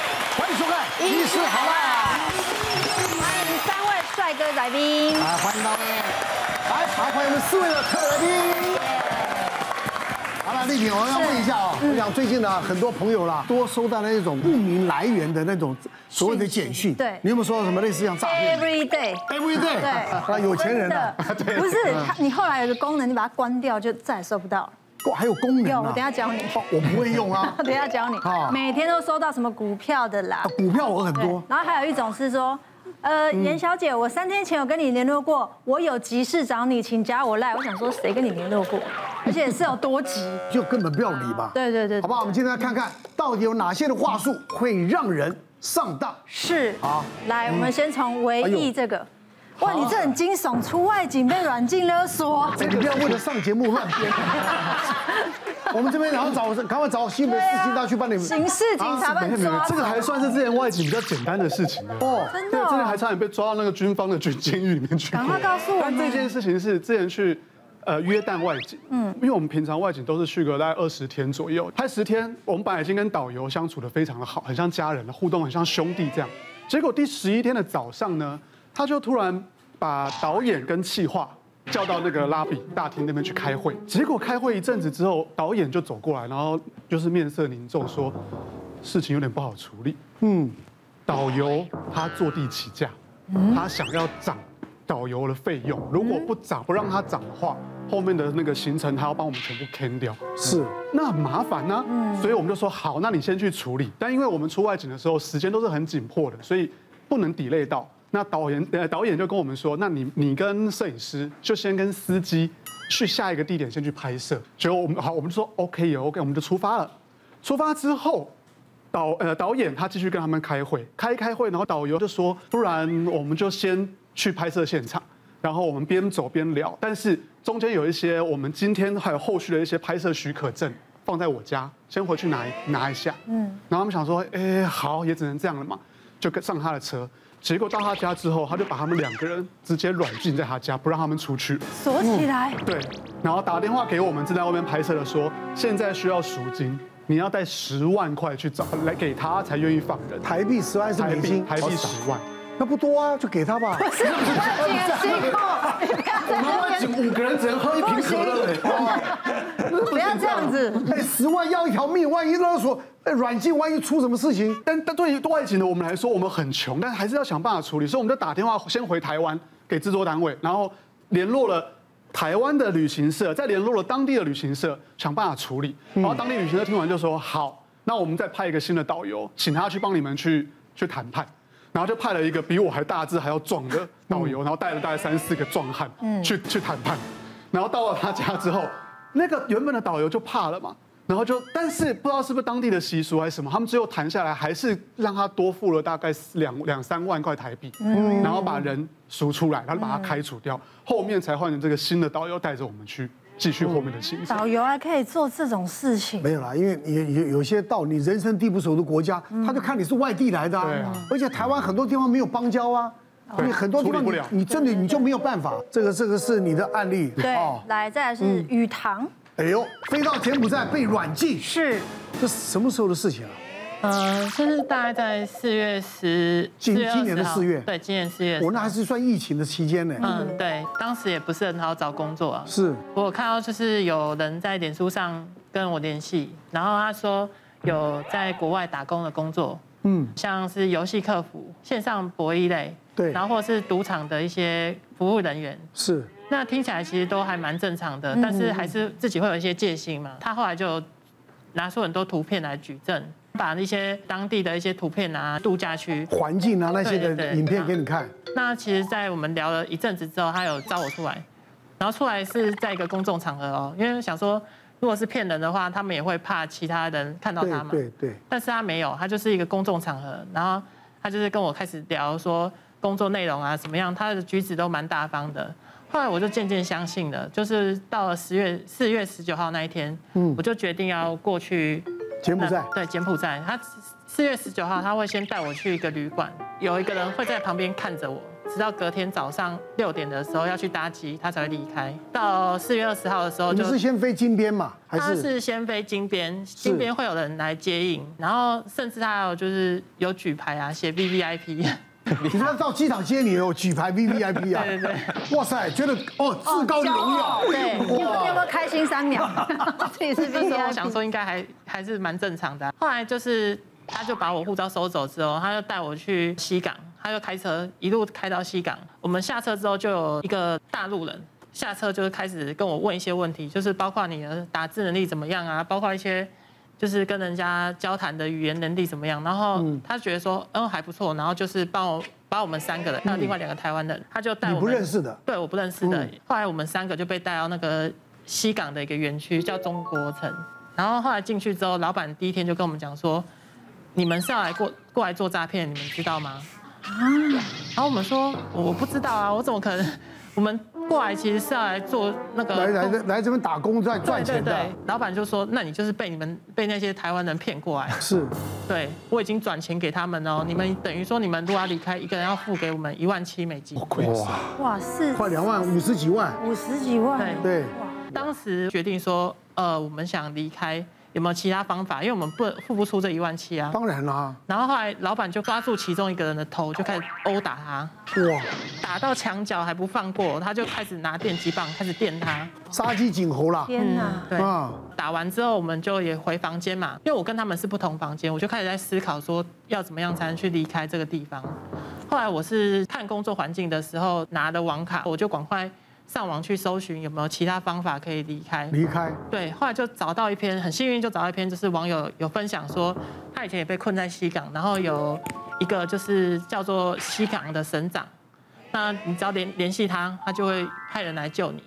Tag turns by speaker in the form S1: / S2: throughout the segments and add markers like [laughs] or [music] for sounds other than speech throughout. S1: 欢迎收看《医师好
S2: 啊
S1: 啊辣
S2: 欢迎三位帅哥来宾》，
S1: 啊，欢迎各位，来，好，欢迎我们四位的特别来宾。好了，丽萍，我要问一下啊、
S2: 嗯
S1: 我想最近呢，很多朋友啦，多收到那种不明来源的那种所谓的简讯，
S2: 对
S1: 你有没有收到什么类似像诈骗的
S2: Every day，
S1: ？Every day，
S2: 对，
S1: 那有钱人啊， [laughs]
S2: 真的不是它你后来有个功能，你把它关掉就再也收不到了。
S1: 哇，还有功能
S2: 有，
S1: 啊，
S2: 我等一下教你， [laughs]
S1: 哇我不会用啊
S2: 我，等一下教你
S1: 好。
S2: 每天都收到什么股票的啦
S1: 啊，股票我很
S2: 对
S1: 多，嗯
S2: 然后还有一种是说。呃，严小姐，我三天前有跟你联络过，我有急事找你，请加我赖。我想说，谁跟你联络过？而且是有多急？
S1: 就根本不要理吧。
S2: 对对对，
S1: 好不好？我们今天来看看到底有哪些的话术会让人上当。
S2: 是
S1: 好
S2: 来，我们先从唯
S1: 哎呦
S2: 一这个。哇，你这很惊悚，出外景被软禁勒索。
S1: 哎，你不要为了上节目乱 [laughs] 编。我们这边然后找，赶快找西北市警大区帮你们。
S2: 刑事警察把
S3: 没有
S2: 你
S3: 没有没
S2: 抓
S3: 有，这个
S2: 走。
S3: 还算是之前外景比较简单的事情啊。
S1: 哦，
S2: 真的
S3: 对，
S2: 哦，
S3: 之前还差点被抓到那个军方的军监狱里面去。
S2: 赶快告诉我
S3: 但
S2: 们
S3: 这件事情是之前去。呃，约旦外景，嗯，因为我们平常外景都是去个大概二十天左右，拍十天，我们本来已经跟导游相处的非常的好，很像家人了，互动很像兄弟这样。结果第十一天的早上呢，他就突然把导演跟企划叫到那个拉比大厅那边去开会。结果开会一阵子之后，导演就走过来，然后就是面色凝重说，事情有点不好处理，导游他坐地起价，他想要涨导游的费用，如果不涨不让他涨的话，后面的那个行程他要帮我们全部 can 掉，
S1: 是
S3: 那很麻烦呢、所以我们就说好，那你先去处理。但因为我们出外景的时候时间都是很紧迫的，所以不能 delay 到。那导演呃导演就跟我们说，那你你跟摄影师就先跟司机去下一个地点先去拍摄。结果我们好，我们就说 OK 也 OK，我们就出发了。出发之后，导呃导演他继续跟他们开会，开一开会，然后导游就说，不然我们就先去拍摄现场，然后我们边走边聊。但是中间有一些我们今天还有后续的一些拍摄许可证放在我家，先回去拿一拿一下。嗯，然后他们想说，哎，好，也只能这样了嘛，就跟上他的车。结果到他家之后，他就把他们两个人直接软禁在他家，不让他们出去。
S2: 锁起来。
S3: 对，然后打电话给我们正在外面拍摄的说，现在需要赎金，你要带十万块去找来给他才愿意放人。
S1: 台币十万是美
S3: 台币
S1: 金，
S3: 台币十万，
S1: 那不多啊，就给他吧。
S2: 是我姐辛苦，你不要在那边，
S3: 五个人只能喝一
S2: 瓶可乐不要这样子。
S1: 哎，十万要一条命，万一勒索、哎软禁，万一出什么事情，
S3: 但但对于外景的我们来说，我们很穷，但还是要想办法处理，所以我们就打电话先回台湾给制作单位，然后联络了台湾的旅行社，再联络了当地的旅行社，想办法处理。然后当地旅行社听完就说：“好，那我们再派一个新的导游，请他去帮你们去去谈判。”然后就派了一个比我还大只还要壮的导游，然后带了大概三四个壮汉去去谈判。然后到了他家之后，那个原本的导游就怕了嘛，然后就但是不知道是不是当地的习俗还是什么，他们最后谈下来还是让他多付了大概两两三万块台币，然后把人赎出来，然后把他开除掉，后面才换成这个新的导游带着我们去继续后面的行程。
S2: 导游还可以做这种事情，
S1: 没有啦，因为你有有有些到你人生地不熟的国家，
S2: 嗯
S1: 他就看你是外地来的、
S3: 对啊
S1: 而且台湾很多地方没有邦交啊，
S3: 对
S1: 你很多地方
S3: 处
S1: 你
S3: 理不了
S1: 你真的你就没有办法。这个这个是你的案例，
S2: 对
S1: 哦。
S2: 来，再来是雨堂，
S1: 哎呦，飞到柬埔寨被软禁，
S2: 是
S1: 这什么时候的事情啊？
S4: 呃，就是大概在四月十，
S1: 今
S4: 4月20
S1: 今年的
S4: 号
S1: 4月
S4: 对，今年四月10。
S1: 我那还是算疫情的期间呢。
S4: 嗯，对，当时也不是很好找工作啊。
S1: 是
S4: 我有看到就是有人在脸书上跟我联系，然后他说有在国外打工的工作，
S1: 嗯
S4: 嗯，像是游戏客服、线上博弈类，
S1: 对
S4: 然后或是赌场的一些服务人员，
S1: 是，
S4: 那听起来其实都还蛮正常
S1: 嗯
S4: 的，但是还是自己会有一些戒心嘛。他后来就拿出很多图片来举证，把一些当地的一些图片啊、度假区。
S1: 环境啊那些
S4: 对
S1: 的
S4: 对
S1: 影片给你看，
S4: 那其实，在我们聊了一阵子之后，他有招我出来，然后出来是在一个公众场合哦，因为想说如果是骗人的话，他们也会怕其他人看到
S1: 对
S4: 他嘛。
S1: 对对，
S4: 但是他没有，他就是一个公众场合，然后他就是跟我开始聊说工作内容啊怎么样，他的举止都蛮大方的。后来我就渐渐相信了，就是到了十月四月十九号那一天，我就决定要过去
S1: 嗯
S4: 呃
S1: 柬埔寨
S4: 那对柬埔寨，他四月十九号他会先带我去一个旅馆，有一个人会在旁边看着我，直到隔天早上六点的时候要去搭机，他才会离开。到四月二十号的时候
S1: 你
S4: 就。
S1: 是先飞金边嘛？还
S4: 他
S1: 是
S4: 是先飞金边，金边会有人来接应，然后甚至他还有就是有举牌啊，写 V V I P，
S1: 你说到机场接你有举牌 V V I P 啊？
S4: [laughs] 对对
S1: 哇塞，觉得哦至高
S2: 骄
S1: 荣耀
S2: 傲，对，你有没有
S1: 哇，
S2: 开心
S1: [laughs]
S2: 三秒？自己
S1: 啊
S2: 是
S4: 那时候
S2: VIP
S4: 我想说应该还还是蛮正常的啊、后来就是他就把我护照收走之后，他就带我去西港，他就开车一路开到西港。我们下车之后就有一个大陆人下车，就是开始跟我问一些问题，就是包括你的打字能力怎么样啊，包括一些。就是跟人家交谈的语言能力怎么样，然后他觉得说，嗯，还不错，然后就是帮我把我们三个人，还有另外两个台湾人，他就带我
S1: 你
S4: 们
S1: 不认识的，
S4: 对，我不认识的。
S1: 嗯
S4: 后来我们三个就被带到那个西港的一个园区，叫中国城。然后后来进去之后，老板第一天就跟我们讲说：“你们是要来过过来做诈骗，你们知道吗？”
S1: 啊
S4: 然后我们说：“我不知道啊，我怎么可能？我们过来其实是要来做那个
S1: 来来来来这边打工赚赚
S4: 对对
S1: 钱的
S4: 对，，老板就说：“那你就是被你们被那些台湾人骗过来。”
S1: 是
S4: 对，我已经转钱给他们哦。你们等于说你们如果要离开，一个人要付给我们一万七美金。
S1: 哇，
S2: 哇，是
S1: 快两万五十几万，
S2: 五十几万，
S4: 对
S1: 对，
S4: 当时决定说，呃，我们想离开，有没有其他方法？因为我们不付不出这一万七啊。
S1: 当然啦、
S4: 然后后来老板就抓住其中一个人的头，就开始殴打他，
S1: 哇，
S4: 打到墙角还不放过，他就开始拿电击棒开始电他。嗯
S1: 杀鸡儆猴啦，
S2: 天哪！
S4: 对，
S1: 啊，
S4: 打完之后我们就也回房间嘛，因为我跟他们是不同房间，我就开始在思考说要怎么样才能去离开这个地方。后来我是看工作环境的时候拿的网卡，我就赶快上网去搜寻有没有其他方法可以离开。
S1: 离开，
S4: 对，后来就找到一篇，很幸运就找到一篇，就是网友有分享说，他以前也被困在西港，然后有一个就是叫做西港的省长，那你只要联联系他，他就会派人来救你。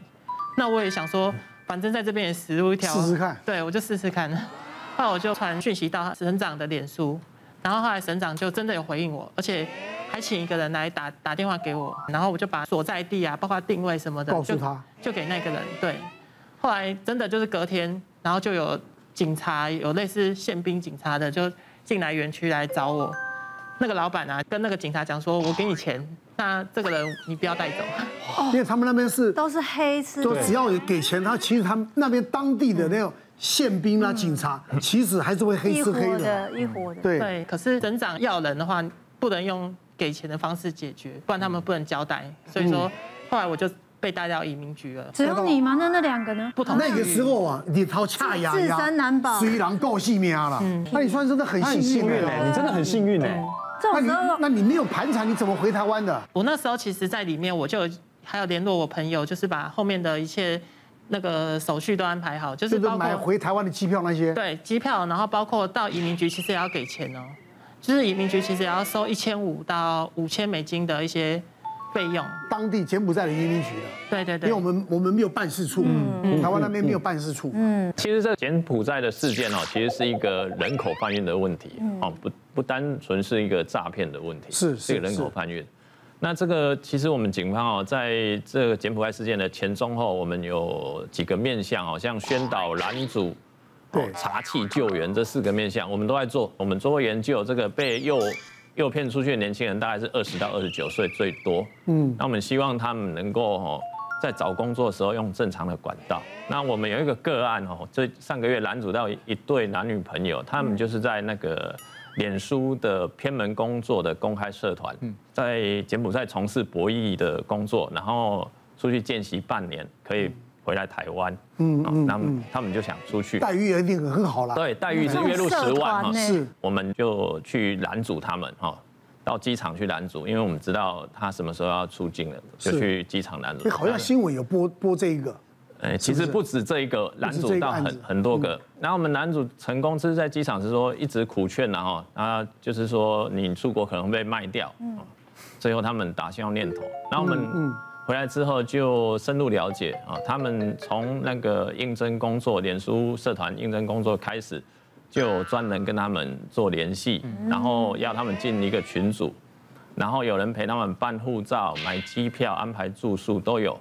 S4: 那我也想说，反正在这边也死路一条，
S1: 试试看
S4: 对，我就试试看。后来我就传讯息到省长的脸书，然后后来省长就真的有回应我，而且还请一个人来打打电话给我，然后我就把所在地啊，包括定位什么的，
S1: 告诉
S4: 就
S1: 他
S4: 就给那个人。对，后来真的就是隔天，然后就有警察，有类似宪兵警察的，就进来园区来找我。那个老板啊，跟那个警察讲说：“我给你钱，那这个人你不要带走。
S2: 哦
S1: 因为他们那边是
S2: 都是黑吃，
S1: 都只要有给钱，他其实他们那边当地的那种宪兵啊、警察，其实还是会黑
S2: 一
S1: 吃
S2: 伙
S1: 黑的，
S2: 嗯的，一伙的。
S1: 对，
S4: 对，可是省长要人的话，不能用给钱的方式解决，不然他们不能交代。所以
S1: 嗯
S4: 说，后来我就被带到移民局了。
S2: 只有你吗？那那两个呢？
S4: 不同
S1: 那个时候啊，你掏恰牙呀，
S2: 自身难保嗯
S1: 虽然够细命啊啦，那你算真的很
S5: 他很
S1: 幸
S5: 幸
S1: 运
S5: 运哎，
S1: 了。
S5: 你真的很幸运哎。
S2: 这
S1: 那
S2: 种
S1: 你
S2: 时候
S1: 那你没有盘缠，你怎么回台湾的？
S4: 我那时候其实，在里面我就有还有联络我朋友，就是把后面的一切那个手续都安排好，就
S1: 就是是
S4: 包
S1: 买
S4: 括
S1: 回台湾的机票那些，
S4: 对机票，然后包括到移民局其实也要给钱哦，就是移民局其实也要收一千五到五千美金的一些费用。
S1: 当地柬埔寨的移民局的，
S4: 对对
S1: 因
S4: 对，
S1: 为我们我们没有办事处，
S2: 嗯
S5: 嗯
S1: 台湾那边没有办事处，
S5: 其实这柬埔寨的事件哦，其实是一个人口贩运的问题哦，不不单纯是一个诈骗的问题，
S1: 嗯是
S5: 是
S1: 是
S5: 一个人口
S1: 是
S5: 贩运。那这个其实我们警方哦，在这个柬埔寨事件的前中后，我们有几个面向哦，像宣导拦阻。
S1: 对
S5: 哦查气救援这四个面向，我们都在做。我们做过研究，这个被诱诱骗出去的年轻人大概是二十到二十九岁最多。嗯，那我们希望他们能够哦，在找工作的时候用正常的管道。那我们有一个个案哦，这上个月拦阻到一一对男女朋友，他们就是在那个脸书的偏门工作的公开社团，在柬埔寨从事博弈的工作，然后出去见习半年，可以回来台湾。嗯嗯，那么他们就想出去。
S1: 待遇一定很好啦。
S5: 对，待遇是月入十万
S2: 啊这种社团
S5: 哈，
S2: 呢
S1: 是
S5: 我们就去拦阻他们哈，到机场去拦阻，因为我们知道他什么时候要出境了，
S1: 是
S5: 就去机场拦阻
S1: 哎，。好像新闻有播播这一个，
S5: 哎，其实不止这一个拦
S1: 不止这
S5: 阻
S1: 一个嗯
S5: 到
S1: 案
S5: 很
S1: 子
S5: 很多个。然后我们男主成功是在机场是说一直苦劝然后啊，就是说你出国可能会被卖掉。
S2: 嗯
S5: 哦最后他们打消念头。然后我
S1: 嗯
S5: 们回来之后就深入了解啊，他们从那个应征工作，脸书社团应征工作开始，就有专人跟他们做联系，
S1: 嗯
S5: 然后要他们进一个群组，然后有人陪他们办护照、买机票、安排住宿都有。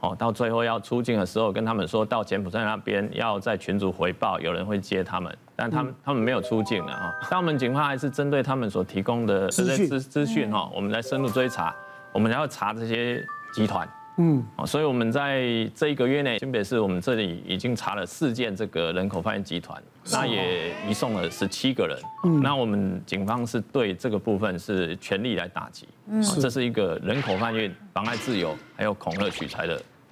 S5: 哦，到最后要出境的时候，跟他们说到柬埔寨那边要在群组回报，有人会接他们，但他们、
S1: 嗯
S5: 他们没有出境了啊、哦。但我们警方还是针对他们所提供的这
S1: 资
S5: 些
S1: 讯
S5: 资资讯哈，我们来深入追查，我们还要查这些集团。嗯，哦，所以我们在这一个月内，新北市我们这里已经查了四件这个人口贩运集团，那也移送了十七个人。那我们警方是对这个部分是全力来打击，嗯，这是一个人口贩运、妨碍自由还有恐吓取财的